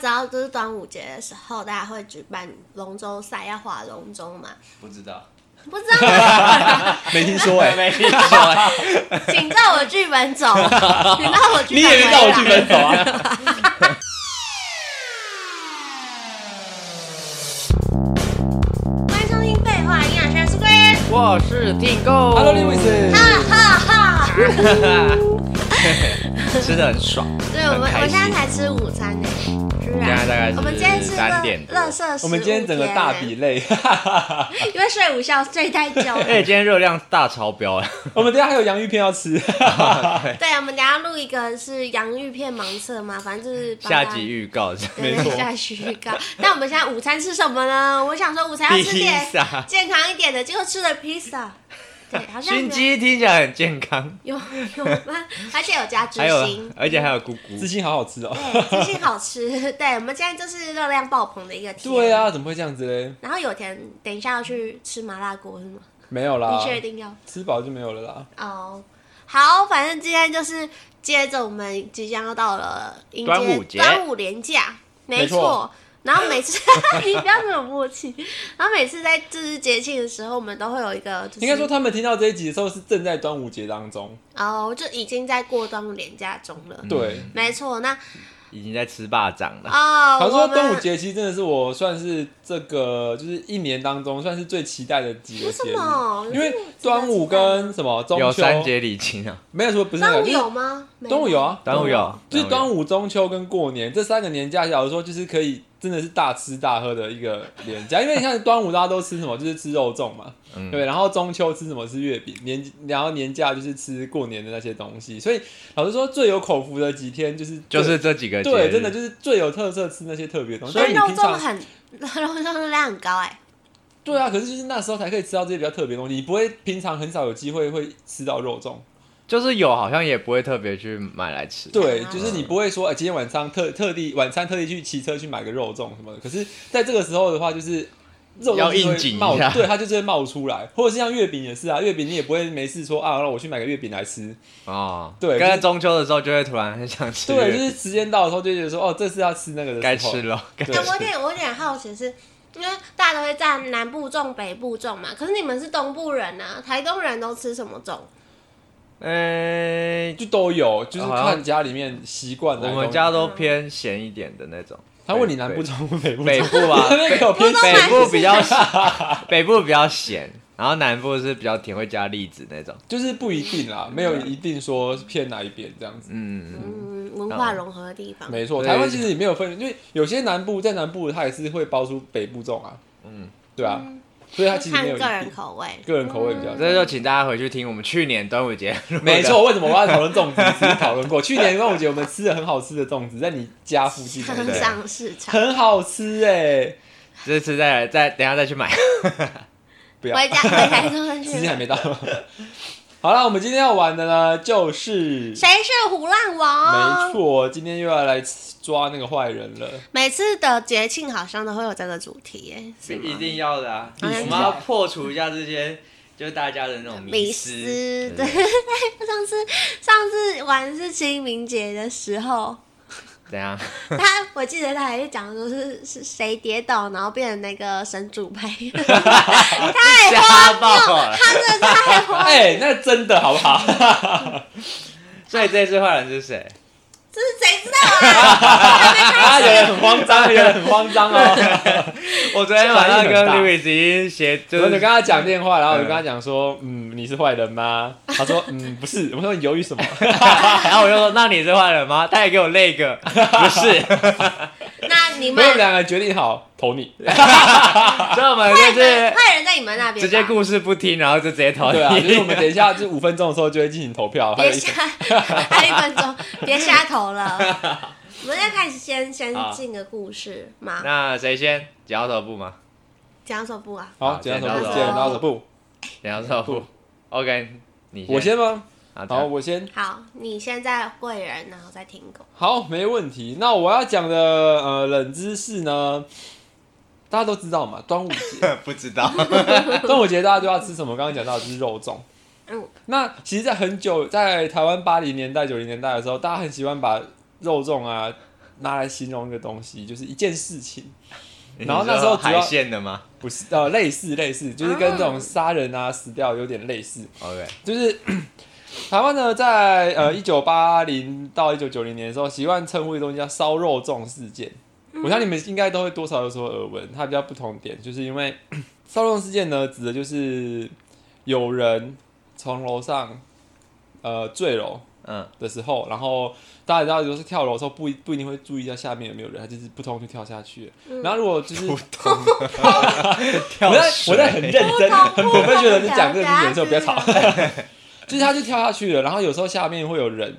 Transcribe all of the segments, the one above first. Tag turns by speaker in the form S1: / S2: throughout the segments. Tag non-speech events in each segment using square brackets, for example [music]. S1: 知道，就是端午节的时候，大家会举办龙舟赛，要划龙舟嘛？
S2: 不知道，
S1: 不知道吗，
S3: 没听说哎、
S2: [laughs] 没听说哎，
S1: 请照我剧本走，请照我剧本
S3: [laughs] 你也没照我剧
S1: 回来
S3: 本走
S2: [laughs]
S3: 啊？
S1: 欢迎收听《废话营养学》，是龟儿，
S2: 我是订购
S3: Hello Lewis，
S1: 哎哈哈哈。
S2: 吃的很爽，
S1: 对，我们
S2: 很
S1: 我
S2: 开
S1: 现
S2: 心
S1: 在才吃午餐呢，居然
S2: 现在大概是
S1: 我们今天吃
S2: 3点多
S1: 乐色，
S3: 我们今天整个大比，类，
S1: 因为睡午觉睡太久了。
S2: 哎、今天热量大超标哎，
S3: [laughs] 我们等一下还有洋芋片要
S2: [laughs]
S3: 吃，
S1: 对，我们等一下录一个是洋芋片盲测嘛，反正就是帮大
S2: 下
S1: 家
S2: 集预告，
S1: 对
S3: 没错
S1: 下集预告。 [laughs] 那我们现在午餐吃什么呢？我想说午餐要吃
S2: 披
S1: 点
S2: 萨
S1: 健康一点的，结果吃了披
S2: [laughs]
S1: 萨。对，好像没有
S2: 熏鸡听起来很健康，
S1: 有有 [laughs] 吗？而且有加芝
S2: 还有啊
S1: 心，
S2: 而且还有咕咕
S3: 自，信好好吃哦。
S1: 对，芝心好吃。 [laughs] 对，我们现在就是热量爆棚的一个天。
S3: 对。啊，怎么会这样子嘞？
S1: 然后有天等一下要去吃麻辣锅是吗？
S3: 没有啦
S2: 啊
S1: 你，确定要？
S3: 吃饱就没有了啦。
S1: 哦，好，反正今天就是接着我们即将要到了迎接
S2: 端午节
S1: 端午连假，没
S3: 没
S1: 错
S3: 错。
S1: 然后每次 [laughs] 你不要这么默契，然后每次在这是节庆的时候，我们都会有一个、就是，
S3: 应该说他们听到这一集的时候是正在端午节当中，
S1: 哦，就已经在过端午连假中了。
S3: 对。
S1: 没错，那
S2: 嗯已经在吃霸掌了。
S1: 哦，
S3: 好像
S1: 我
S3: 啊说
S1: 们
S3: 端午节其实真的是我算是这个就是一年当中算是最期待的几个
S1: 为什
S3: 节日，
S1: 么？
S3: 因为端午跟什么中
S2: 有
S3: 秋
S2: 三节礼金啊，
S3: 没有说不是那
S1: 端
S3: 个，
S1: 午
S3: 就是
S1: 有吗？没
S3: 端午有啊，
S2: 端午有
S3: 就是
S2: 端
S3: 端午、中秋跟过年这三个年假，假如说就是可以真的是大吃大喝的一个年假，因为你看端午大家都吃什么，就是吃肉粽嘛，
S2: 嗯
S3: 对，然后中秋吃什么吃月饼，年然后年假就是吃过年的那些东西，所以老实说最有口福的几天就是
S2: 就是这几个节
S3: 对，
S2: 日
S3: 真的就是最有特色吃那些特别的东西，
S2: 所以
S1: 但
S3: 但
S1: 肉
S3: 你平
S1: 粽
S3: 常
S1: 很 [laughs] 肉粽热量很高哎、
S3: 对啊，可是就是那时候才可以吃到这些比较特别的东西，你不会平常很少有机会会吃到肉粽。
S2: 就是有，好像也不会特别去买来吃。
S3: 对，
S1: 啊
S3: 就是你不会说，哎、今天晚上特特地晚餐特地去骑车去买个肉粽什么的。可是在这个时候的话，就是肉
S2: 要
S3: 粽就
S2: 应
S3: 会
S2: 景一
S3: 冒
S2: 下，
S3: 对，它就是会冒出来。或者是像月饼也是啊，月饼你也不会没事说啊，让我去买个月饼来吃。
S2: 哦，
S3: 对
S2: 刚
S3: 就
S2: 才
S3: 是
S2: 中秋的时候就会突然很想吃月饼，
S3: 对，就是时间到的时候就觉得说，哦，这次要吃那个的时候
S2: 该吃。了，该
S3: [laughs] 对
S2: [laughs]
S1: 哎、我有点我有点好奇是，因为大家都会站南部粽、北部粽嘛，可是你们是东部人啊，台东人都吃什么粽？
S2: 嗯、
S3: 就都有，就是
S2: 好像
S3: 看家里面习惯的。
S2: 我们家都偏咸一点的那种。
S3: 他问你南部中部北部
S2: 北
S3: 中
S2: 部
S3: [laughs] ，
S2: 啊
S3: 那边有偏
S1: 都
S2: 北
S1: 买
S2: 部比较咸， [laughs] 北部比较咸，然后南部是比较甜，会加栗子那种。
S3: 就是不一定啦，没有一定说偏哪一边这样子。
S2: 嗯，
S1: 嗯，文化融合的地方。
S3: 哦没错，
S2: 对
S3: 台湾其实也没有分，因为有些南部在南部，它也是会包出北部粽啊。
S2: 嗯
S3: 嗯，对啊，所以它其实
S1: 看
S3: 没有一
S1: 个人
S3: 定
S1: 口味。
S3: 个人口味比较
S2: 这就请大家回去听我们去年端午节录的
S3: 没错，为什么我要讨论粽子？只是讨论
S2: [laughs]
S3: 过，去年端午节我们吃了很好吃的粽子，在你家附近
S1: [laughs]
S3: 那
S1: 很
S3: 边
S2: [laughs] 对
S1: 上市场，
S3: [laughs] 很好吃哎、
S2: 这次再来再等一下再去买。
S3: 不要，
S1: 回家回台东去
S3: 时。间还没到。 [laughs] 好了，我们今天要玩的呢，就是
S1: 谁是虎烂王？
S3: 没错，今天又要来抓那个坏人了。
S1: 每次的节庆好像都会有这个主题耶，是吗
S2: [laughs] 一定要的啊！我
S3: 必
S1: 哎
S3: 须
S2: 们要破除一下这些，就是大家的那种
S1: 迷
S2: 思。
S1: 思。对，
S2: 对
S1: 上次上次玩是清明节的时候，
S2: 怎样？
S1: [laughs] 他我记得他还是讲说是是谁跌倒，然后变成那个神主牌， [laughs] 太
S2: 瞎
S1: 荒
S2: 爆
S1: 谬，
S2: 了！
S1: 他真的太荒谬，
S3: 哎、那真的好不 [laughs] 好？
S2: 所以这次坏人是谁？
S1: 这是谁知道啊？还没
S3: 啊，有
S1: 开
S3: 人
S1: 始，
S3: 很慌张，有人很慌张哦。
S2: [laughs] 我昨天晚上
S3: 反
S2: 跟
S3: 应很大
S2: Louis 已经协，
S3: 我
S2: 就是
S3: 就跟他讲电话，然后我就
S2: 嗯
S3: 跟他讲说，嗯，你是坏人吗？他说，嗯，不是。 [laughs] 我说你犹豫什么？
S2: [laughs] 然后我就说：“那你是坏人吗？”他也给我那个，不是。
S1: 那你
S3: 我
S1: 们
S3: 们两个决定好投 [laughs] 你。
S2: [laughs] 所以我们
S1: 坏
S2: 就
S1: 人
S2: 是
S1: 坏人在你们那边吧，
S2: 直接故事不听，然后就直接投你。
S3: 对啊，就是我们等一下就五分钟的时候就会进行投票，还有
S1: 别
S3: 一
S1: 瞎，还有一分钟，别瞎投了。我们要开始先先
S2: 好
S1: 进个故事嘛，
S2: [laughs] 那谁先？剪刀手布吗？
S1: 讲手部啊，
S3: [laughs] 好，
S2: 剪
S3: 剪
S2: 刀
S3: 刀
S1: 手
S3: 手
S1: 布
S3: 布，剪刀手布，
S2: 剪刀手 [laughs] 布。OK，你
S3: 我先吗？
S2: 啊，这
S3: 好，
S2: 样
S3: 我先。
S1: 好，你现在贵人，然后再听狗，
S3: 好，没问题。那我要讲的呃冷知识呢，大家都知道嘛，端午节。
S2: [laughs] 不知道。
S3: [laughs] 端午节大家都要吃什么？刚刚讲到的就是肉粽。
S1: 嗯，
S3: 那其实，在很久，在台湾八零年代、九零年代的时候，大家很喜欢把肉粽啊拿来形容一个东西，就是一件事情，
S2: 你
S3: 然后那时候
S2: 说
S3: 主要
S2: 海鲜的吗
S3: 不是呃类似类似，就是跟这种杀人啊死掉有点类似，
S2: ？OK，
S3: 就是 [clears throat] 台湾呢，在呃一九八零到一九九零年的时候，习惯称呼一个东西叫烧肉粽事件。我想你们应该都会多少有所耳闻，它比较不同点，就是因为 [clears throat] 烧肉粽事件呢，指的就是有人从楼上呃坠楼，
S2: 嗯，
S3: 的时候，然后大家也知道，有时候跳楼的时候不一不一定会注意到下面有没有人，他就是扑通就跳下去了。然后如果就是
S2: 跳
S3: 我在
S2: 水
S3: 我在很认真、很 [laughs] professional 的讲这个事情的时候，
S1: [laughs]
S3: 不要吵
S1: 等。
S3: [laughs] 就是他就跳下去了，然后有时候下面会有人，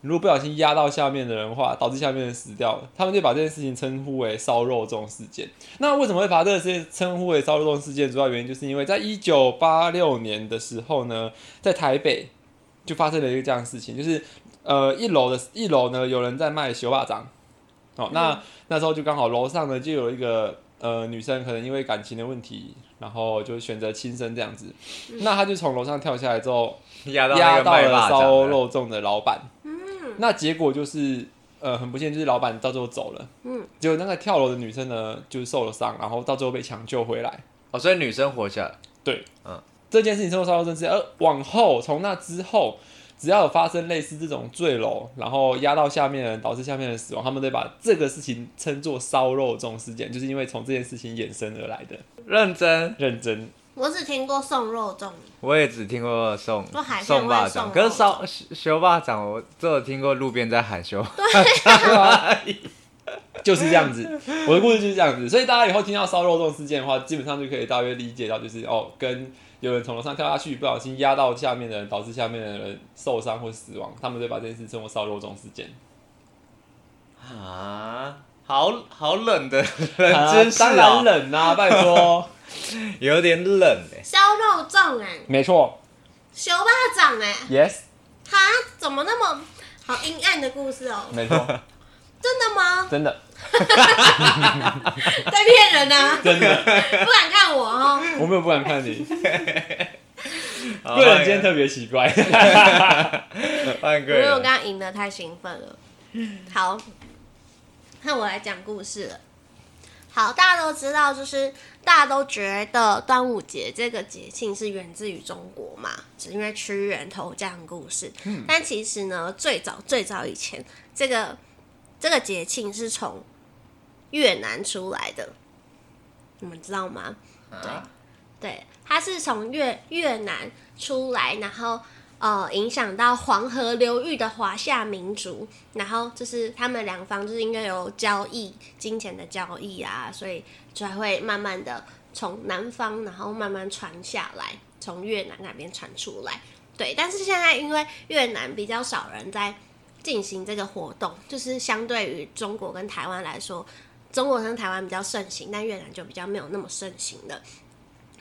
S3: 如果不小心压到下面的人的话，导致下面人死掉了，他们就把这件事情称呼为烧肉粽事件。那为什么会把这个事件称呼为烧肉粽事件？主要原因就是因为在一九八六年的时候呢，在台北就发生了一个这样的事情，就是呃一楼的一楼呢有人在卖小巴掌，哦，那、那时候就刚好楼上呢就有一个呃女生，可能因为感情的问题，然后就选择轻生这样子。那她就从楼上跳下来之后，
S2: [laughs] 压到那
S3: 压
S2: 个
S3: 到
S2: 卖
S3: 了
S2: 蜡
S3: 烧
S2: 掌的，
S3: 肉粽的老板。那结果就是呃很不幸，就是老板到最后走了。
S1: 嗯，
S3: 结果那个跳楼的女生呢，就是受了伤，然后到最后被抢救回来。
S2: 哦，所以女生活下来，
S3: 这件事情之后，烧肉粽是而往后从那之后，只要有发生类似这种坠楼，然后压到下面的人，导致下面的人死亡，他们都会把这个事情称作烧肉粽事件，就是因为从这件事情衍生而来的。
S2: 认真，
S3: 认真，
S1: 我只听过送肉粽，
S2: 我也只听过送
S1: 说海鲜
S2: 送
S1: 会
S2: 霸
S1: 送
S2: 掌，
S1: 肉
S2: 可是烧修霸掌，我只有听过路边在喊修，
S3: 对啊，就是这样子。我的故事就是这样子，所以大家以后听到烧肉粽事件的话，基本上就可以大约理解到，就是哦，跟有人从楼上跳下去，不小心压到下面的人，导致下面的人受伤或死亡，他们就把这件事称为烧肉粽事件。
S2: [laughs] 啊，好好冷的
S3: 啊
S2: 冷知识
S3: 当然
S2: 啊，
S3: 冷啦、
S2: [laughs]
S3: 拜托。
S2: 有点冷哎。
S1: 烧肉粽哎、欸，
S3: 没错
S1: 熊巴掌哎、
S3: ，yes，
S1: 哈，怎么那么好阴暗的故事哦、
S3: 没
S2: [laughs]
S3: 错，
S1: 真的吗？
S3: 真的，
S1: [laughs] 在骗人呢、
S3: 真的，
S1: 不敢看我哦、
S3: 我没有不敢看你，
S2: 哦好
S3: 贵人今天特别奇怪。
S2: 换
S1: 因
S2: 贵
S1: 为我
S2: 人
S1: 刚，刚赢得太兴奋了。好，那我来讲故事了。好，大家都知道，就是大家都觉得端午节这个节庆是源自于中国嘛，只因为屈原投江的故事。但其实呢，最早最早以前，这个这个节庆是从越南出来的，你们知道吗？
S2: 啊
S1: 对，它是从越越南出来，然后呃影响到黄河流域的华夏民族，然后就是他们两方就是因为有交易金钱的交易啊，所以才会慢慢的从南方，然后慢慢传下来，从越南那边传出来。对，但是现在因为越南比较少人在进行这个活动，就是相对于中国跟台湾来说，中国跟台湾比较盛行，但越南就比较没有那么盛行了。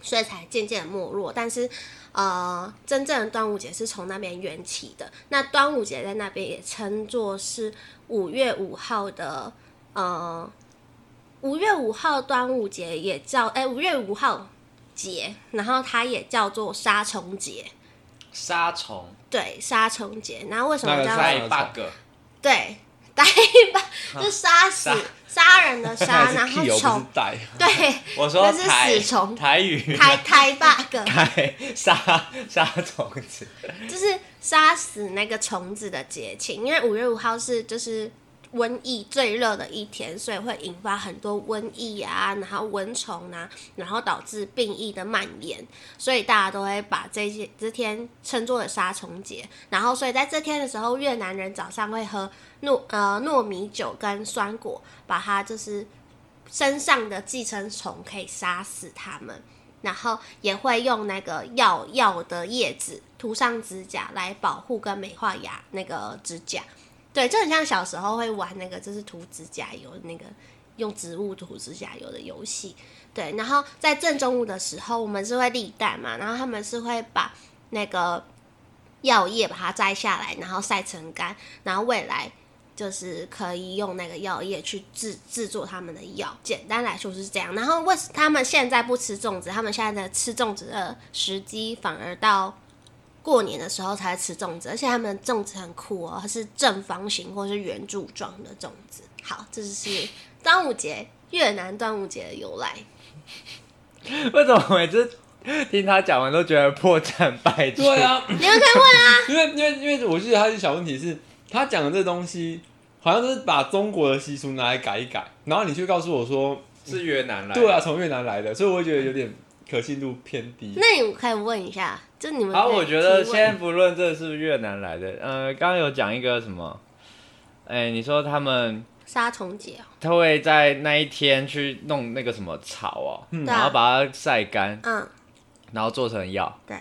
S1: 所以才渐渐地没落。但是，呃，真正的端午节是从那边缘起的。那端午节在那边也称作是五月五号的，呃，五月五号端午节也叫，哎、五月五号节，然后它也叫做杀虫节，
S2: 杀虫
S1: 对，杀虫节。然后为什么
S3: 那个
S1: 叫
S3: 杀
S2: 带 bug，
S1: 对？呆
S3: [laughs]
S1: 吧，就杀死杀人的杀，
S3: 是
S1: 啊然后
S3: kill，不
S1: 虫
S3: 是，带，
S1: 对，
S2: 我说
S1: 那是
S2: 台
S1: 死虫
S2: 台语
S1: 台台 bug，
S2: 台杀杀虫子，
S1: 就是杀死那个虫子的节庆，因为五月五号是就是瘟疫最热的一天，所以会引发很多瘟疫啊，然后蚊虫啊，然后导致病疫的蔓延，所以大家都会把这些这天称作为杀虫节。然后，所以在这天的时候，越南人早上会喝糯呃糯米酒跟酸果，把它就是身上的寄生虫可以杀死它们。然后也会用那个药药的叶子涂上指甲来保护跟美化牙那个指甲。对，就很像小时候会玩那个，就是涂指甲油那个用植物涂指甲油的游戏。对，然后在正中午的时候，我们是会立蛋嘛，然后他们是会把那个药叶把它摘下来，然后晒成干，然后未来就是可以用那个药液去制制作他们的药。简单来说是这样。然后为他们现在不吃粽子，他们现在的吃粽子的时机反而到过年的时候才吃粽子，而且他们的粽子很酷哦，它是正方形或是圆柱状的粽子。好，这就是端午节越南端午节的由来。
S2: 为什么每次听他讲完都觉得破绽百出？
S3: 对啊，
S1: [laughs] 你们可以问啊，
S3: [laughs] 因为因为因为我记得他的小问题是，他讲的这东西好像就是把中国的习俗拿来改一改，然后你却告诉我说，
S2: 是越南来的
S3: 对啊，，从越南来的，所以我会觉得有点可信度偏低。
S1: 那你可以问一下，就你们
S2: 啊，
S1: 可以
S2: 我觉得
S1: 提问
S2: 先不论这是不是越南来的，呃，刚刚有讲一个什么，哎、你说他们
S1: 杀虫节哦，
S2: 他会在那一天去弄那个什么草哦，
S3: 嗯
S2: 然后把它晒干，
S1: 嗯，
S2: 然后做成药，
S1: 对，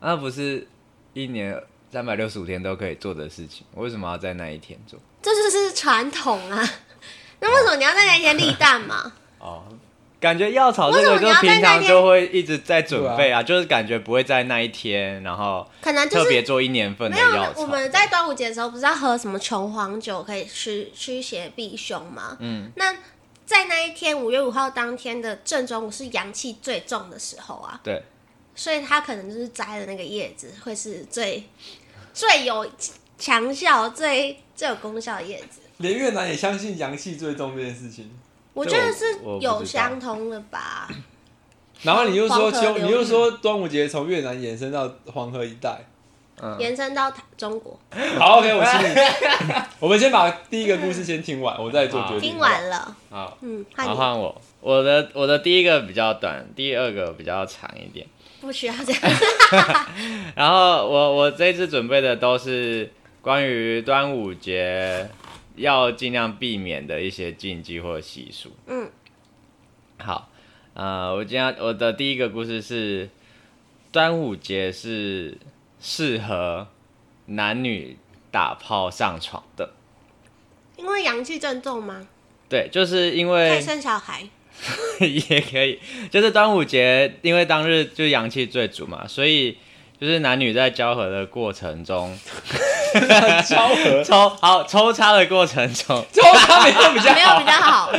S2: 那不是一年三百六十五天都可以做的事情，为什么要在那一天做？
S1: 这就是传统啊。那为什么你要在那一天立蛋嘛？
S3: 哦，
S2: 感觉药草这个
S1: 为什么你
S2: 就
S1: 要在
S2: 平
S1: 那
S2: 常
S1: 天
S2: 就会一直在准备啊，就是感觉不会在那一天，然后
S1: 可能就
S2: 特
S1: 是
S2: 别做一年份的
S1: 没有
S2: 药，草。
S1: 我们在端午节的时候不是要喝什么穷黄酒可以驱驱邪避凶吗？嗯，那在那一天五月五号当天的正中午是阳气最重的时候啊，
S2: 对，
S1: 所以它可能就是摘的那个叶子会是最最有强效、最最有功效的叶子。
S3: 连越南也相信阳气最重这件事情。
S1: 我觉得
S2: 这
S1: 是
S2: 我我不知道
S1: 有相通的吧，
S3: 然后你又说
S1: 黄河
S3: 秋，
S1: 流
S3: 你
S1: 域
S3: 又说端午节从越南延伸到黄河一带。
S2: 嗯，
S1: 延伸到台中国。
S3: [laughs] 好，OK，我信你。我们先把第一个故事先听完，我再做决定。
S1: 听完了，
S3: 好，
S1: 嗯，
S2: 好
S1: 换你
S2: 换我，我的我的第一个比较短，第二个比较长一点。
S1: 不需要这样。 [laughs]
S2: 然后我我这次准备的都是关于端午节要尽量避免的一些禁忌或习俗。
S1: 嗯，
S2: 好，呃，我今天我的第一个故事是端午节是适合男女打炮上床的。
S1: 因为阳气正重吗？
S2: 对，就是因
S1: 可
S2: 为
S1: 以生小孩，
S2: [laughs] 也可以，就是端午节，因为当日就阳气最足嘛，所以就是男女在交合的过
S3: [laughs]
S2: 程中，
S3: 超
S2: [laughs]
S3: 河，
S2: 抽好抽插的过程中， [laughs]
S3: 超他没有比较
S1: 没有比
S3: 好。
S1: 较好。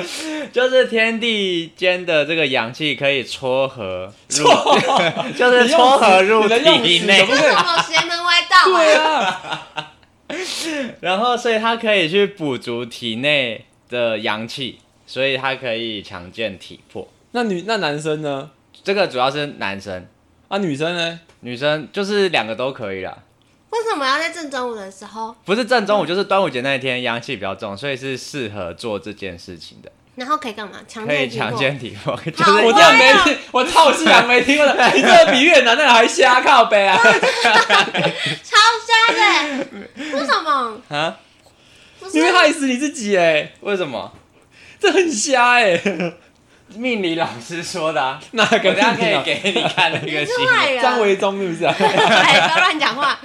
S2: 就是天地间的这个氧气可以撮合入， [laughs] 就是
S3: 你用
S2: 撮合
S3: 词
S2: 入
S3: 你的用
S2: 体
S3: 词
S2: 内
S1: [laughs]
S3: 怎
S1: 这
S3: 么，
S1: 是什
S3: [laughs]
S1: 么邪门歪道、啊？
S3: 对啊，
S2: 然后所以它可以去补足体内的阳气，所以它可以强健体魄。
S3: 那女那男生呢？
S2: 这个主要是男生，
S3: 啊，女生呢？
S2: 女生就是两个都可以啦。
S1: 为什么要在正中午的时候，
S2: 不是正中午，就是端午节那一天，阳气比较重，所以是适合做这件事情的，
S1: 然后可以干嘛？强
S2: 可以
S1: 健体
S2: 强
S1: 魄。
S2: 健体魄。就
S1: 嗯好
S2: 是
S3: 我真的
S1: 啊
S3: 没听，我套戏还没听过的。你这个比越南那个还瞎靠背啊！
S1: 超瞎
S3: [laughs]
S1: 的、为什么？
S2: 啊，
S1: 不是
S3: 你会害死你自己哎，
S2: 为什么？
S3: 这很瞎哎。
S2: 命理老师说的、啊，
S3: [laughs] 那
S2: 我
S3: 个
S2: 等下可以 [laughs] 给你看
S1: [laughs]
S2: 那
S1: 你啊是
S2: 个新闻。
S1: 坏人，
S3: 张维忠是不是啊？
S1: 哎不要乱讲话，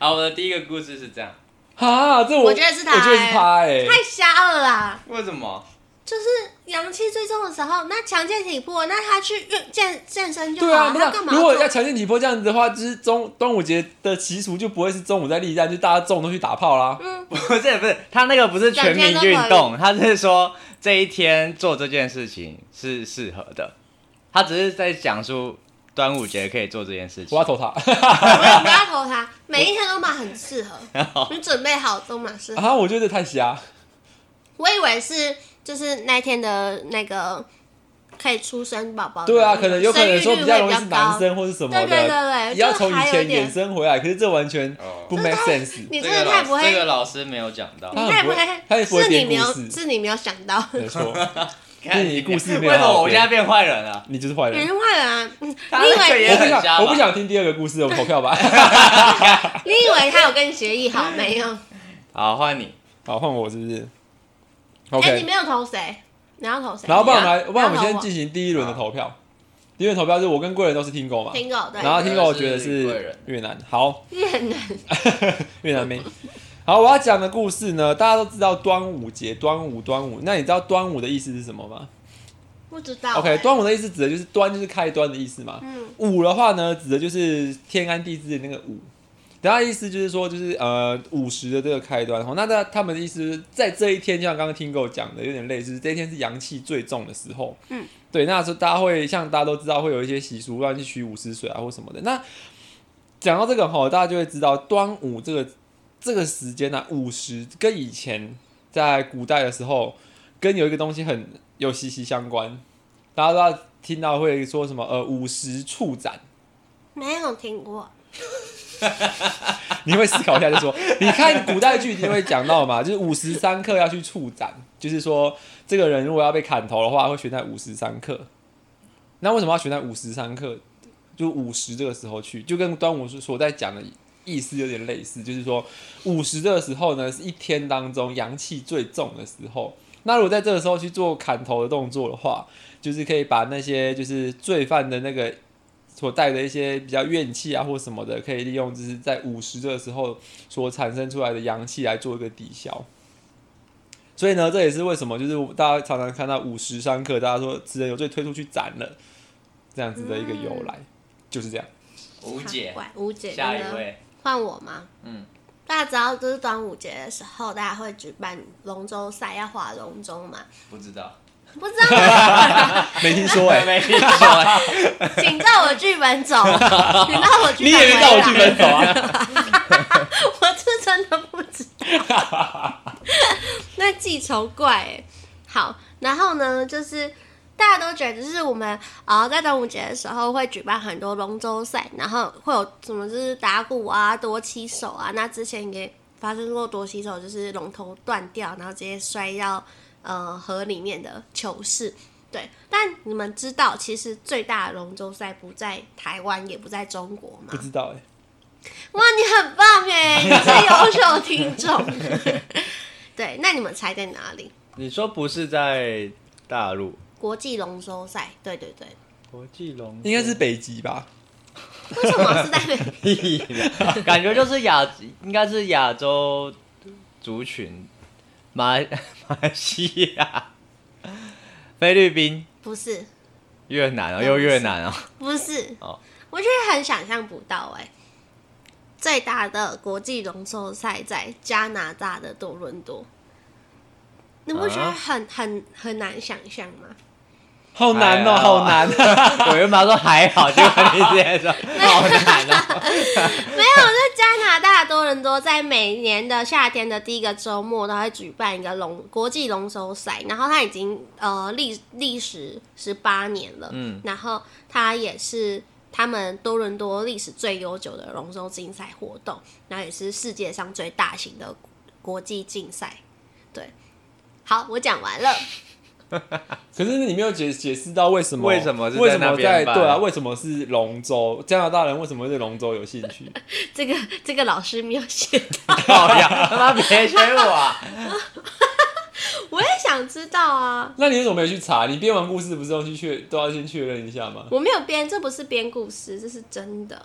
S2: 好，我的第一个故事是这样。
S3: 啊，这
S1: 我觉得是他
S3: 我觉得是他哎。
S1: 太瞎了啦！
S2: 为什么？
S1: 就是阳气最重的时候，那强健体魄，那他去运健健身就好
S3: 对啊，
S1: 他
S3: 那
S1: 干嘛做？
S3: 如果要强健体魄这样子的话，就是中端午节的习俗就不会是中午在立蛋，就大家中午都去打炮啦。
S1: 嗯，
S2: [laughs] 不是不是，他那个不是全民运
S1: 两天都
S2: 动，他是说这一天做这件事情是适合的。他只是在讲述端午节可以做这件事
S3: 我
S2: 情
S3: 要。投他
S1: 我也不要投
S3: [laughs]
S1: 他，每一天都蛮很适合，你准备好都蛮适合。
S3: 啊！我觉得太瞎，
S1: 我以为是就是那天的那个可以出生宝宝的
S3: 对
S1: 那
S3: 啊，
S1: 个生育率会高，
S3: 可能有可能说比较容易是男生或是什么
S1: 对对对
S3: 的，
S1: 对，
S3: 也要从
S1: 就还
S3: 以
S1: 有
S3: 前
S1: 一点
S3: 衍生回来，可是这完全不 make sense。
S1: 你
S2: 哦
S1: 真
S2: 这
S1: 的
S2: 个
S1: 太
S2: 老
S1: 不会，
S2: 这个老师没有讲到
S3: [laughs]
S1: 你
S3: 他。
S1: 太
S3: 很不会他也
S1: 会，
S3: 不会
S1: 是你
S3: 编
S1: 没有
S3: 故事，
S1: 是你没有想
S3: [laughs]
S1: 到，
S3: 没错，
S2: 看
S3: 你故事没有
S2: 为什么我
S3: 编
S2: 现在变坏人啊了？
S3: 你就是坏
S1: 你
S3: 人。
S1: 是坏人啊！你
S2: 他那个
S1: 以
S2: 也
S1: 为
S3: 我不
S2: 很瞎
S3: 想，
S2: 吧
S3: 我不想听第二个故事，我们投票吧。
S1: 你以为他有跟你协议
S3: [laughs]
S1: 好没有？
S2: 好，换你。
S3: 好，换我是不是
S1: 哎，你
S3: ？OK，
S1: 没有投谁？你要投谁？
S3: 然后帮我们
S2: 你
S3: 来，帮我们
S1: 然后
S3: 先
S1: 我
S3: 进行第一轮的投票。第一轮投票是我跟贵人都是听狗嘛，
S1: 听狗对
S3: 然后听狗我觉得
S2: 我觉得是贵
S3: 是
S2: 人
S3: 越南。好， [laughs]
S1: 越南
S3: 越南妹。好，我要讲的故事呢，大家都知道端午节，端午，端午。那你知道端午的意思是什么吗
S1: [laughs] 不知道。哎
S3: ？OK，端午的意思指的就是端就是开端的意思嘛。
S1: 嗯
S3: 午的话呢，指的就是天干地支的那个午。然后意思就是说，就是呃午时的这个开端。好，那他他们的意思就是在这一天，就像刚刚听狗讲的，有点类似，这一天是阳气最重的时候。
S1: 嗯，
S3: 对，那时候大家会像大家都知道，会有一些习俗，乱去取午时水啊或什么的。那讲到这个吼，大家就会知道端午这个这个时间呢、啊，午时跟以前在古代的时候，跟有一个东西很有息息相关。大家都要听到会说什么呃午时处斩，
S1: 没有听过，
S3: 你会思考一下就说， [laughs] 你看古代剧一定会讲到嘛，就是午时三刻要去处斩，就是说这个人如果要被砍头的话，会选在午时三刻。那为什么要选在午时三刻？就午时这个时候去，就跟端午所在讲的意思有点类似，就是说午时这个时候呢，是一天当中阳气最重的时候。那如果在这个时候去做砍头的动作的话，就是可以把那些就是罪犯的那个所带的一些比较怨气啊或什么的，可以利用就是在午时这个时候所产生出来的阳气来做一个抵消。所以呢，这也是为什么就是大家常常看到午时三刻，大家说此人有罪推出去斩了，这样子的一个由来，就是这样。
S2: 无解
S1: 好，怪吴姐
S2: 下
S1: 真
S2: 一
S1: 的
S2: 位，
S1: 换我吗？
S2: 嗯，
S1: 大家知道，就是端午节的时候，大家会举办龙舟赛，要划龙舟嘛？
S2: 不知道，
S1: 不知道，
S3: [laughs] 没听说哎、
S2: [laughs] 没听说，
S1: 请照我剧本走，请照我剧
S3: 你
S1: 本
S3: 也
S1: 回
S3: 没
S1: 来。
S3: 照我剧本走啊？
S1: [laughs] 我是真的不知道。那记仇怪、欸，好，然后呢，就是大家都觉得，就是我们啊、呃在端午节的时候会举办很多龙舟赛，然后会有什么就是打鼓啊、多起手啊。那之前也发生过多起手，就是龙头断掉，然后直接摔到呃河里面的糗事。对，但你们知道，其实最大的龙舟赛不在台湾，也不在中国吗
S3: 不？知道哎、
S1: 哇，你很棒
S2: [laughs]
S1: 哎，你是优秀听众。 [laughs] 对，那你们猜在哪里？
S2: [laughs] 你说不是在大陆
S1: 国际龙舟赛，对对对，
S2: 国际龙，
S3: 应该是北极吧？
S1: 为什么是在美？
S2: [laughs] 屁啦，感觉就是亚，应该是亚洲族群，马来马来西亚、 [laughs] 菲律宾、
S1: 不是，
S2: 越南哦，又越南哦， [laughs]
S1: 不是，
S2: 哦
S1: 我觉得很想象不到哎。最大的国际龙舟赛在加拿大的多伦多，你不觉得
S2: 啊
S1: 很很很难想象吗？
S3: 好难哦、
S2: 哎呀
S3: 好 [laughs] 难、
S2: 我原本说还好，结果你直接说好难 [laughs] 哦。
S1: 没有，在加拿大多伦多，在每年的夏天的第一个周末，都会举办一个龙国际龙舟赛。然后它已经呃历历时十八年了，
S2: 嗯
S1: 然后它也是他们多伦多历史最悠久的龙舟竞赛活动，然后也是世界上最大型的国际竞赛。对，好，我讲完了。 [laughs]
S3: 可是你没有解解释到为什么？
S2: 为什么是在
S3: 为什么
S2: 那边
S3: 在
S2: 办
S3: 对啊？为什么是龙舟？加拿大人为什么会对龙舟有兴趣？
S1: 这个这个老师没有写到，
S2: 靠呀，他妈别学我啊！
S1: 我也想知道啊。
S3: 那你为什么没有去查？你编完故事不是要去确都要先确认一下吗？
S1: 我没有编，这不是编故事，这是真的。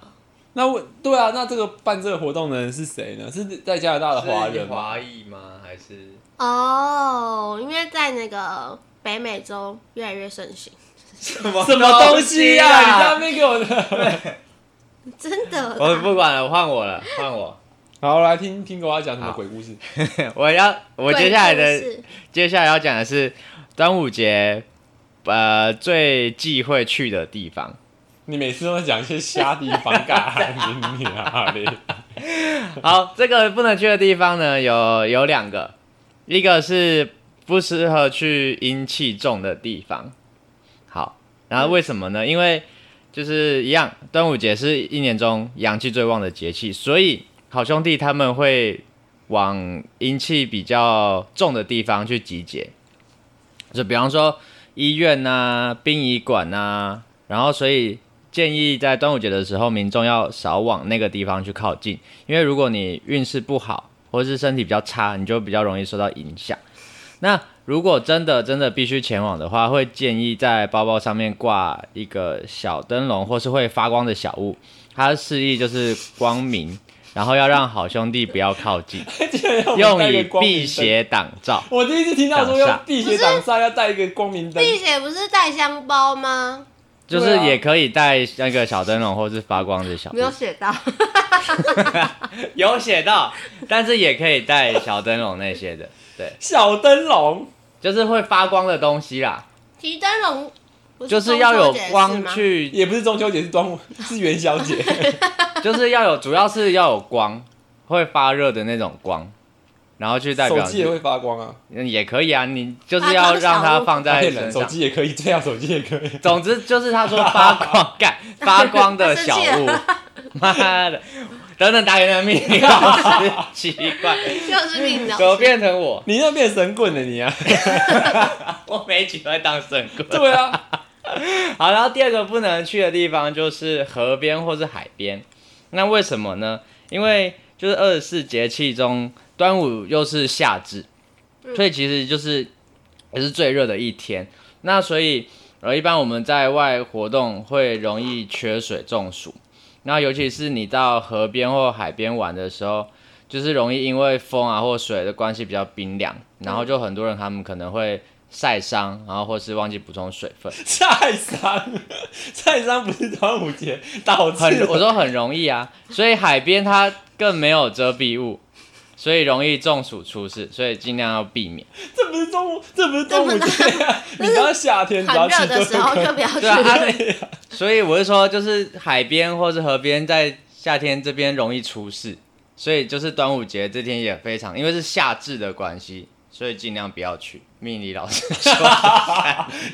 S3: 那我对啊，那这个办这个活动的人是谁呢？是在加拿大的华人吗？
S2: 华裔吗？还是
S1: 哦，因为在那个北美洲越来越盛行，
S2: 什么
S3: 什么东西啊？你在那边给我
S2: [laughs]
S3: 的。
S1: 真的
S2: 我
S1: 啦。
S2: 哦不管了，换我了，换我。 [laughs]
S3: 好，来听听狗他讲什么鬼故事？
S2: 我要我
S1: 对
S2: 接下来
S1: 真
S2: 的
S1: 是
S2: 接下来要讲的是端午节，呃，最忌讳去的地方。
S3: 你每次都在讲一些瞎地方，干你啊嘞！
S2: [laughs] 好，这个不能去的地方呢，有有两个，一个是不适合去阴气重的地方。好，然后为什么呢？因为就是一样，端午节是一年中阳气最旺的节气，所以好兄弟他们会往阴气比较重的地方去集结，就比方说医院呐、殡仪馆呐、然后所以建议在端午节的时候，民众要少往那个地方去靠近。因为如果你运势不好，或是身体比较差，你就比较容易受到影响。那如果真的真的必须前往的话，会建议在包包上面挂一个小灯笼，或是会发光的小物，它的示意就是光明，然后要让好兄弟不要靠近，
S3: 竟然要 [laughs] 我们带
S2: [laughs] 用
S3: 一
S2: 以
S3: 个光明
S2: 辟
S3: 灯。
S2: 邪挡罩。
S3: 我第一次听到说要辟邪挡煞，要带一个光明灯。
S1: 碧姐不是带香包吗？
S2: 就
S3: 对
S2: 是
S3: 啊
S2: 也可以带那个小灯笼，或是发光的小物
S1: 没有写到，
S2: 有写到，但是也可以带小灯笼那些的，对，
S3: 小灯笼，
S2: 就是会发光的东西啦。
S1: [laughs] 提灯笼不
S2: 就是
S1: 中
S2: 要
S1: 秋
S2: 有
S1: 节的事
S2: 光
S1: [laughs] 吗。
S2: 去， [laughs]
S3: 也不是中秋节，是端午，是元宵节。
S2: 就是要有，主要是要有光，会发热的那种光，然后去代
S3: 手
S2: 表
S3: 机也会发光啊，
S2: 嗯也可以啊，你就是要让它放
S3: 他
S2: 在
S3: 骗人，
S2: 身
S3: 手
S2: 上。
S3: 机也可以，这样手机也可以。
S2: 总之就是他说发光干发光的小
S1: 他 [laughs] 生气
S2: 物，妈的，等等打圆的命
S1: [laughs]
S2: 令老师，奇怪，
S1: 又是命
S2: 怎么
S1: 了。
S2: 变成我？
S3: 你要变神棍了
S2: [laughs]
S3: 你啊！
S2: 我每一集都在当神棍。
S3: 对啊，
S2: [laughs] 好，然后第二个不能去的地方就是河边或是海边。那为什么呢？因为就是二十四节气中，端午又是夏至，所以其实就是也是最热的一天。那所以呃，一般我们在外活动会容易缺水中暑。那尤其是你到河边或海边玩的时候，就是容易因为风啊或水的关系比较冰凉，然后就很多人他们可能会晒伤，然后或是忘记补充水分。
S3: 晒伤，晒伤不是端午节 [laughs] 导致
S2: 很，
S3: 的
S2: 我说很容易啊，所以海边它更没有遮蔽物，所以容易中暑出事，所以尽量要避免。
S3: 这不是中午，这不是中午节
S1: [laughs]
S3: 啊！
S1: 这不
S3: 你
S1: 是
S3: 知道夏天只
S1: 很
S3: 要去
S1: 热
S3: 都
S1: 的时候
S3: [laughs] 可以
S1: 就不要去
S2: 对。啊，啊 [laughs] 所以我是说，就是海边或是河边，在夏天这边容易出事，所以就是端午节这天也非常，因为是夏至的关系，所以尽量不要去。命理老师 [laughs] 说，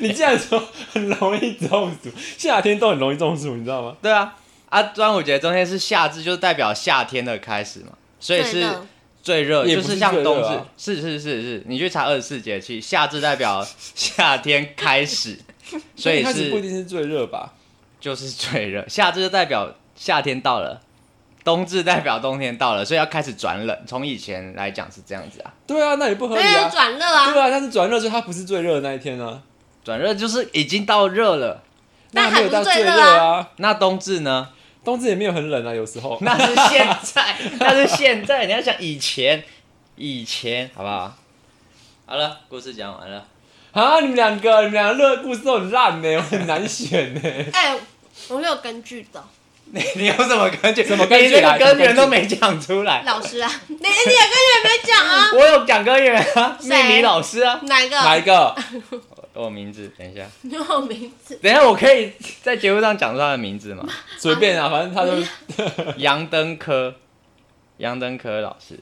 S3: 你这样说很容易中暑，夏天都很容易中暑，你知道吗？
S2: 对啊，啊，端午节中间是夏至，就代表夏天的开始嘛，所以
S1: 对
S2: 是
S1: 的
S2: 最热，
S3: 也
S2: 就
S3: 不是
S2: 像
S3: 最
S2: 冬
S3: 热
S2: 至，
S3: 啊
S2: 是是是是，你去查二十四节气，夏至
S3: [laughs]
S2: 代表夏天开始，所以
S3: 一开始不一
S2: 是
S3: 定是最热吧？
S2: 就是最热，夏至就代表夏天到了，冬至代表冬天到了，所以要开始转冷。从以前来讲是这样子啊，
S3: 对啊，那也不合
S1: 没
S3: 理
S1: 有
S3: 啊。
S1: 转热
S3: 对
S1: 啊，
S3: 啊，但是转热就它不是最热的那一天啊，
S2: 转热就是已经到热了，
S3: 那没有到最
S1: 那还不是最热
S3: 啊。
S2: 那冬
S3: [laughs]
S2: 至呢？
S3: 冬至也没有很冷啊，有时候。
S2: 那是现在， [laughs] 那是现在，你要想以前，以前好不好？好了，故事讲完了， [laughs]
S3: 啊，你们两个，你们两个热的故事都很烂呢，我很难选呢。
S1: [laughs] 哎、我有根据的，
S2: 你你有什么根据？什
S3: 么根据
S2: 你那
S3: 啊
S2: 个根
S3: 什么根
S2: 源
S3: 据
S2: 都没讲出来。
S1: 老师啊，你你也根据没讲
S2: [laughs]
S1: 啊？
S2: 我有讲歌员啊，
S1: [laughs] 谁
S2: 命理老师啊，
S1: 哪一个？
S3: 哪
S1: [laughs]
S3: 一个？
S2: 我名字，等一下，
S1: 没有名字？
S2: 等一下，我可以在节目上讲出他的名字 [laughs] 吗？
S3: 随便啊，反正他就
S2: 杨登科，杨登科老师，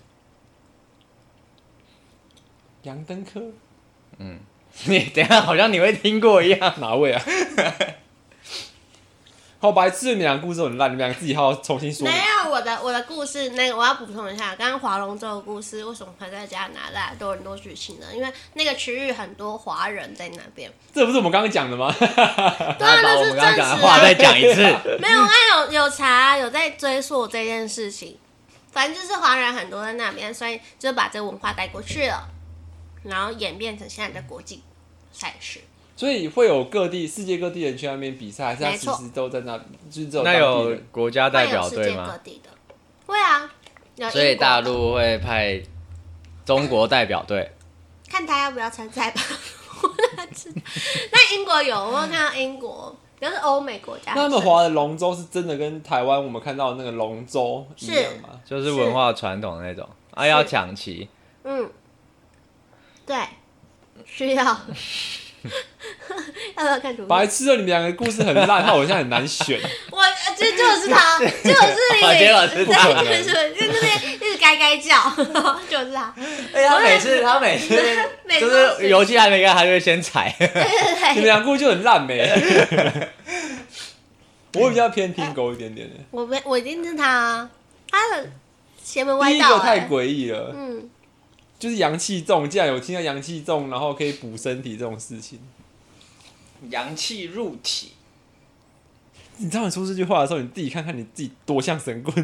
S3: [laughs]
S2: [laughs]
S3: 杨登科
S2: 你等一下好像你会听过一样，
S3: 哪位啊？ [laughs] 好白痴，你们两个故事都很烂，你们两个自己好好重新说
S1: 没。有，我的我的故事，那个我要补充一下，刚刚划龙舟的故事，为什么会在加拿大多伦多举行呢？因为那个区域很多华人在那
S2: [laughs]
S1: 边。
S3: 这不是我们刚刚讲的吗？ [laughs]
S1: 对啊，
S2: 把
S1: 那
S2: 我
S1: 是真
S2: 们刚刚讲的
S1: 实
S2: 话
S1: 啊。
S2: 再讲一次。
S1: 没有，他有有查，有在追溯这件事情。反正就是华人很多在那边，所以就把这个文化带过去了，然后演变成现在的国际赛事。
S3: 所以会有各地世界各地人去那边比赛，还是他
S1: 没
S3: 其
S1: 错
S3: 实都在那，就是
S2: [laughs]
S3: 只有当
S2: 那
S3: 地
S2: 有
S3: 人。
S2: 国家代
S1: 会有
S2: 表
S1: 世界
S2: 队
S1: 各
S2: 吗？
S1: 地的，会啊。有
S2: 所以
S1: 英国
S2: 大
S1: 的
S2: 陆会派中国代表队，
S1: 看他要不要参赛吧， [laughs] 我哪知道？那英国有，我有看到英国，可是欧美国家。
S3: 那他们划的龙舟是真的跟台湾我们看到的那个龙舟一样吗？
S2: [laughs] 就是文化传统那种啊，
S1: 是
S2: 要抢旗。
S1: 嗯，对，需要。 [laughs] 要不要看图片？
S3: 白痴哦，你们两个故事很
S1: [laughs]
S3: 烂，那我现在很难选。
S1: 我呃这就是
S2: [laughs]
S1: 他，就是你，
S2: 好杰老师不可能
S1: 对，就是就那边一直该该叫， [laughs] 就是他，
S2: 哎，他每次他每次
S1: [laughs] 每次
S2: 就
S1: 都
S2: 是游戏还没开，他就会先 [laughs] 踩。
S1: 哎
S3: 你们两个故事就很
S1: [laughs]
S3: 烂呗。我比较偏听狗一点点的，
S1: 我没，我一定是他啊，他的邪门
S3: 第
S1: 歪
S3: 一
S1: 道
S3: 个
S1: 哎、
S3: 太诡异了，
S1: 嗯，
S3: 就是阳气重，竟然有听到阳气重，然后可以补身体这种事情。
S2: 阳气入体，
S3: 你知道你说这句话的时候，你自己看看你自己多像神
S1: [laughs]
S3: 棍，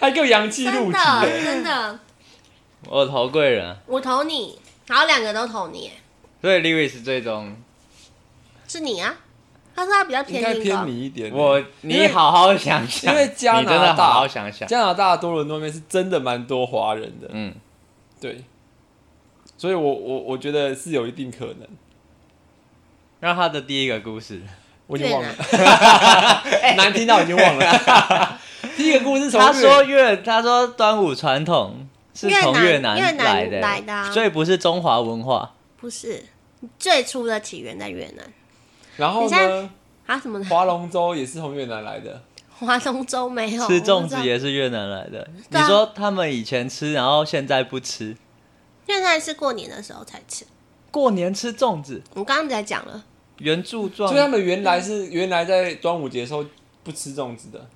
S3: 还给我阳气入
S1: 真
S3: 体，
S1: 的真的，
S2: 我投贵人啊，
S1: 我投你，然后两个都投你、哎
S2: 所以 Lewis 最终
S1: 是你啊？他说他比较
S3: 应
S1: 偏
S3: 该
S1: 听歌
S3: 偏你一点。
S2: 我
S3: 因
S2: 你
S3: 为
S2: 好好想想，
S3: 因为加拿大
S2: 你真的好好想想，
S3: 加拿大多伦多那边是真的蛮多华人的，
S2: 嗯，
S3: 对，所以我我我觉得是有一定可能，
S2: 让他的第一个故事，
S3: 我已经忘了，
S1: 对
S3: 难听到已经忘了。
S1: [laughs]
S3: 第一个故事从
S2: 他
S3: 越
S2: 说越他说端午传统是从
S1: 越南
S2: 南
S1: 越南
S2: 来的，
S1: 来的啊
S2: 所以不是中华文化。
S1: 不是最初的起源在越南
S3: 然后
S1: 你现在
S3: 呢，
S1: 啊？什么的？
S3: 划龙舟也是从越南来的，
S1: 华东粥没有
S2: 吃粽
S1: 我
S2: 子
S1: 不知道
S2: 也是越南来的。
S1: 对啊
S2: 你说他们以前吃，然后现在不吃，
S1: 现在是过年的时候才吃。
S2: 过年吃粽子，
S1: 我刚刚才讲了，
S2: 圆柱
S1: 哦
S2: 状
S3: 所以。他们原来是原来在端午节的时候不吃粽子的，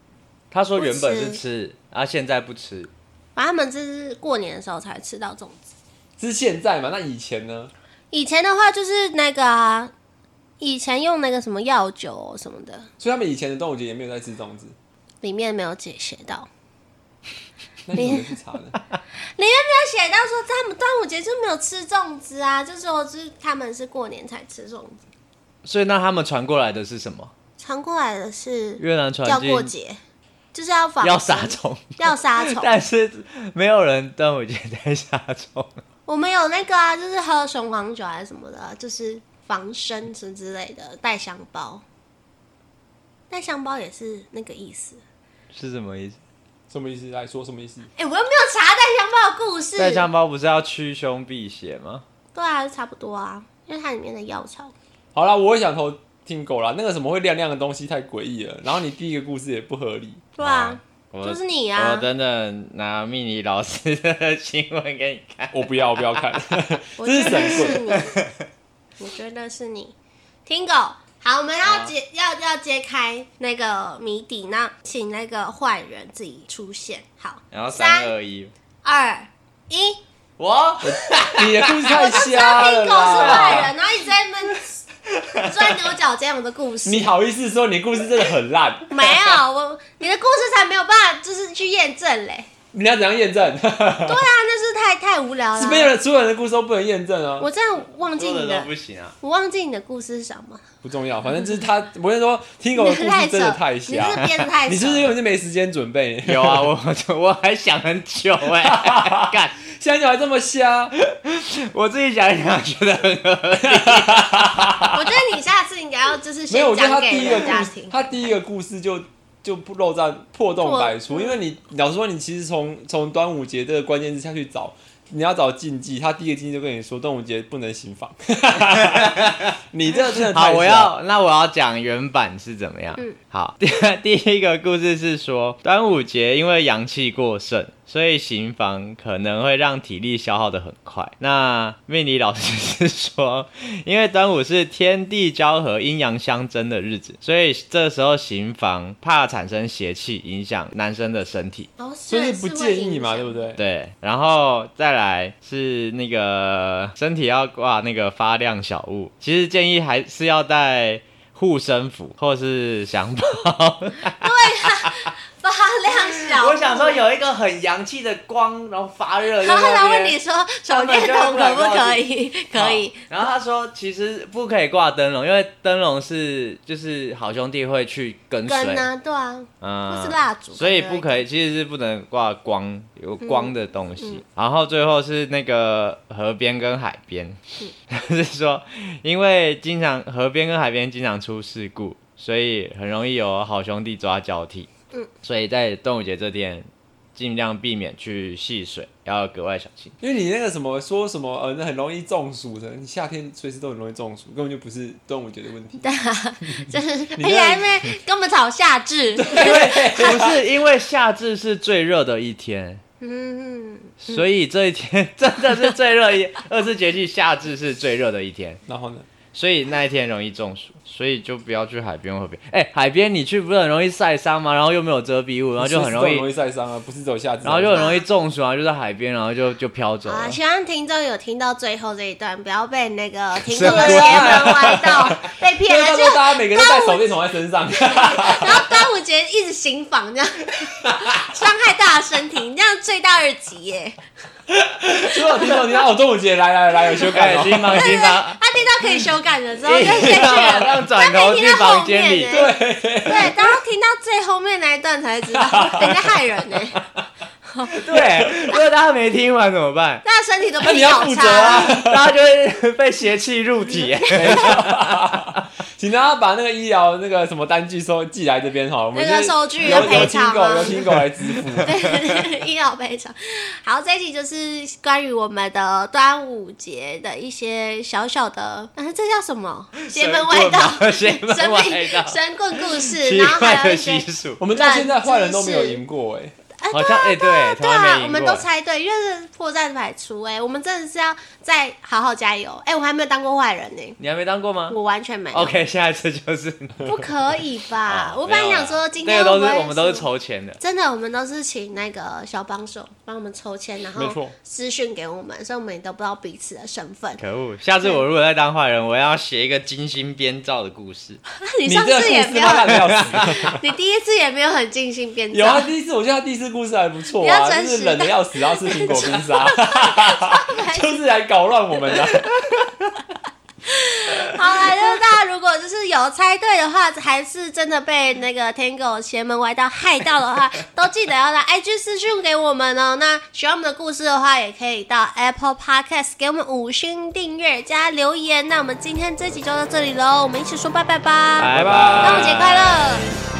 S2: 他说原本是吃，啊，现在不吃。
S1: 反正他们这是过年的时候才吃到粽子。
S3: 是现在嘛？那以前呢？
S1: 以前的话就是那个啊，以前用那个什么药酒什么的，
S3: 所以他们以前的端午节也没有在吃粽子，
S1: 里面没有解写到，
S3: 那你怎么去查
S1: [laughs]
S3: 的？
S1: 里面没有写到说他们端午节就没有吃粽子啊，就说就是他们是过年才吃粽子。
S2: 所以那他们传过来的是什么？
S1: 传过来的是
S2: 越南传
S1: 要
S2: 进
S1: 过节，就是要防
S2: 要
S1: 止
S2: 杀虫，
S1: 要
S2: [laughs]
S1: 杀虫，
S2: 但是没有人端午节在杀虫。
S1: 我们有那个啊，就是喝雄黄酒还是什么的，啊就是防身什么之类的，带香包。带香包也是那个意思。
S2: 是什么意思？
S3: 什么意思？来说什么意思？
S1: 哎、我又没有查带香包的故事。
S2: 带香包不是要驱凶避邪吗？
S1: 对啊，差不多啊，因为它里面的药草。
S3: 好啦，我也想投听狗啦。那个什么会亮亮的东西太诡异了，然后你第一个故事也不合理。
S1: 对啊，
S2: 我
S1: 就是你
S2: 我
S1: 啊。
S2: 等等拿命理老师的新闻给你看。
S3: 我不要，我不
S1: [laughs]
S3: 要看，
S1: 我
S3: 这
S1: 觉得
S3: 是神
S1: 是
S3: 棍。
S1: 你，
S3: [laughs]
S1: 我觉得是你。听狗，好，我们要揭、
S3: 啊
S1: 要要揭开那个谜底，那请那个坏人自己出现。好，
S2: 然后三
S1: 三
S2: 二一，
S1: 二一。
S2: 我
S3: 你的故事太瞎
S1: 听 [laughs]
S3: 了
S1: 狗是坏
S3: 啦！
S1: 人，然后一直在那边钻牛角尖我的故事。
S3: 你好意思说你的故事真的很烂？
S1: 没有我，你的故事才没有办法，就是去验证嘞。
S3: 你要怎样验证？
S1: [laughs]
S3: [laughs]
S1: 对啊，那是太太无聊
S3: 是没有
S1: 了。
S3: 人，所有人的故事都不能验证啊。
S1: 我真的忘记
S2: 做
S1: 你
S2: 的
S1: 的
S2: 都，不行啊！
S1: 我忘记你的故事是什么。
S3: 不重要，反正就是他，我是说听狗的
S1: 你
S3: 故
S1: 太
S3: 事
S1: 扯
S3: 真的太，
S1: 你是
S3: 瞎。
S1: 编的太扯。
S3: [laughs] 你是不是根本就没时间准备？
S2: [laughs]
S3: [laughs]
S2: 有啊，我我还想很久 [laughs] 哎、干，
S3: 现在你还这么瞎，
S2: 我自己想一想觉得
S1: [laughs]
S2: 很
S1: 我觉得你下次应该要就是
S3: 没有，
S1: 先
S3: 我觉得
S1: 讲
S3: 他第
S1: 给
S3: 一个
S1: 人家
S3: 故事，
S1: 听。
S3: 他第一个故事就就不漏战破洞
S1: 破
S3: 百出，因为你老实说，你其实从从端午节这个关键字下去找，你要找禁忌，他第一个禁忌就跟你说端午节不能行房， [laughs] 你这个真的太
S2: 好。我
S3: 瞎
S2: 要那我要讲原版是怎么样？
S1: 嗯
S2: 好，第 [laughs] 第一个故事是说端午节因为阳气过盛，所以行房可能会让体力消耗的很快。那命理老师是说， [laughs] 因为端午是天地交合、阴阳相争的日子，所以这时候行房怕产生邪气，影响男生的身体。
S1: 哦，所
S3: 所以是不建议嘛，对不
S1: 对？
S3: 对？
S2: 对，然后再来是那个身体要挂那个发亮小物，其实建议还是要带护身符或是降包。
S1: 发亮
S2: [laughs]
S1: 小屋。
S2: 有一个很洋气的光，然后发热
S1: 然后他问你说手电筒可不可以？可以。。
S2: 然后他说，其实不可以挂灯笼，因为灯笼是就是好兄弟会去跟随，
S1: 跟啊，对啊，
S2: 嗯
S1: 或是蜡烛
S2: 所以
S1: 可能
S2: 不可以，其实是不能挂光有光的东西。
S1: 啊嗯嗯
S2: 然后最后是那个河边跟海边， [laughs] 是说因为经常河边跟海边经常出事故，所以很容易有好兄弟抓交替。
S1: 嗯
S2: 所以在端午节这天，尽量避免去戏水，要格外小
S1: [laughs]
S2: 心。
S3: 因为你那个什么说什么呃，那很容易中暑的，你夏天随时都很容易中暑，根本就不是端午节的问题。
S1: [laughs] 就是而
S3: 你
S1: 且
S3: 那
S1: 还
S3: [laughs]
S1: 没跟我们吵夏至。
S2: 不是因为夏至是最热的一天，
S1: 嗯，
S2: 所以这一天 [laughs] 真的是最热一，二十四节气夏至是最热的一天。
S3: 然后呢？
S2: 所以那一天容易中暑，所以就不要去海边或河边。哎、海边你去不是很容易晒伤吗？然后又没有遮蔽物，然后就很容
S3: 随时都
S2: 易，
S3: 晒伤啊，不是走夏至，
S2: 然后就很容易中暑啊，就在海边，然后就就飘走
S1: 好
S2: 了
S1: 啊，。希望听众有听到最后这一段，不要被那个听众
S2: 什么
S1: 的
S3: [laughs]
S1: 邪门歪道被
S3: 因
S1: 骗
S3: 为
S1: 了。
S3: 到时
S1: 就
S3: 候大家每个人都带手电筒在身
S2: [laughs]
S3: 上，
S1: 然后端午节一直行房这样， [laughs] 伤害大家身体，这样罪大恶极耶。
S3: 所有听众，你看哦，端午节来来来，有修改
S2: 哎， [laughs]
S3: 哦。
S2: 新房新房，
S1: 他听到可以修改的时候就先
S2: 一
S1: 去
S2: 定要马 [laughs]
S1: 了。
S2: 上转哎头去房间里。
S1: 欸对对，当他听到最后面那一段才知道，人家害人欸呢，
S2: [laughs] 对，如果大家没听完怎么办？
S1: 大家身体都
S3: 那你
S1: 被
S2: 啊
S3: 要
S1: 搞
S3: 负责
S1: 差。
S3: 啊！
S2: 大家就会被邪气入体。
S3: 请大家把那个医疗那个什么单据收寄来这边好了，我们
S1: 那个
S3: 就是
S1: 收据
S3: 由
S1: 要
S3: 由
S1: 赔
S3: 听
S1: 偿
S3: 狗
S1: 吗
S3: 由听狗来支
S1: [laughs]
S3: 付。
S1: 对，医疗赔偿。好，这一集就是关于我们的端午节的一些小小的，嗯、这叫什么？
S2: [laughs]
S1: 邪门歪道，
S2: 邪门
S1: 神
S2: 歪
S1: 秘
S2: 道，
S1: 神棍故事，
S2: 奇
S1: 然后
S2: 怪
S1: 还有
S2: 的
S1: 一
S2: 习
S1: 些。
S2: 俗，
S3: 我们到现在坏人都没有
S1: 冷知识
S3: 赢过哎、
S2: 好像哎对，
S1: 对
S2: 从来
S1: 啊
S2: 没，
S1: 我
S2: 赢
S1: 们都
S2: 过。
S1: 猜对，因为是破绽百出哎、我们真的是要再好好加油哎、我还没有当过坏人呢、
S2: 你还没当过吗
S1: 我完全没有
S2: 啊？OK，下一次就是你。
S1: 不可以
S2: [laughs]
S1: 吧？
S2: 好
S1: 啊我本来
S2: 没有啦
S1: 想说今
S2: 那
S1: 天
S2: 个都
S1: 会不
S2: 是
S1: 会
S2: 我们都是筹钱的，
S1: 真的，我们都是请那个小帮手帮我们抽签，然
S3: 没错
S1: 后私讯给我们，所以我们也都不知道彼此的身份。
S2: 可恶！下次我如果再当坏人，我要写一个精心编造的故事。
S1: 你
S3: 你
S1: 上
S3: 这个故
S1: 次也
S3: 事
S1: 没
S3: 妈烂
S1: 有，
S3: 的要死。
S1: [laughs] 你第一次也没有很尽心编
S3: 有
S1: 造，
S3: 啊，第一次我觉得他第一次故事还不错
S1: 比
S3: 啊，
S1: 较
S3: 就
S1: 真
S3: 是
S1: 实
S3: 冷的要死，然后吃苹果冰沙，就是来搞乱我们的、
S1: [laughs] 好啦，就是大家如果就是有猜对的话，还是真的被那个 Tango 邪门歪道害到的话，都记得要来 IG 私讯给我们哦。那喜欢我们的故事的话，也可以到 Apple Podcast 给我们五星订阅加留言。那我们今天这集就到这里喽，我们一起说拜拜吧，
S2: 拜拜
S1: 端午节快乐！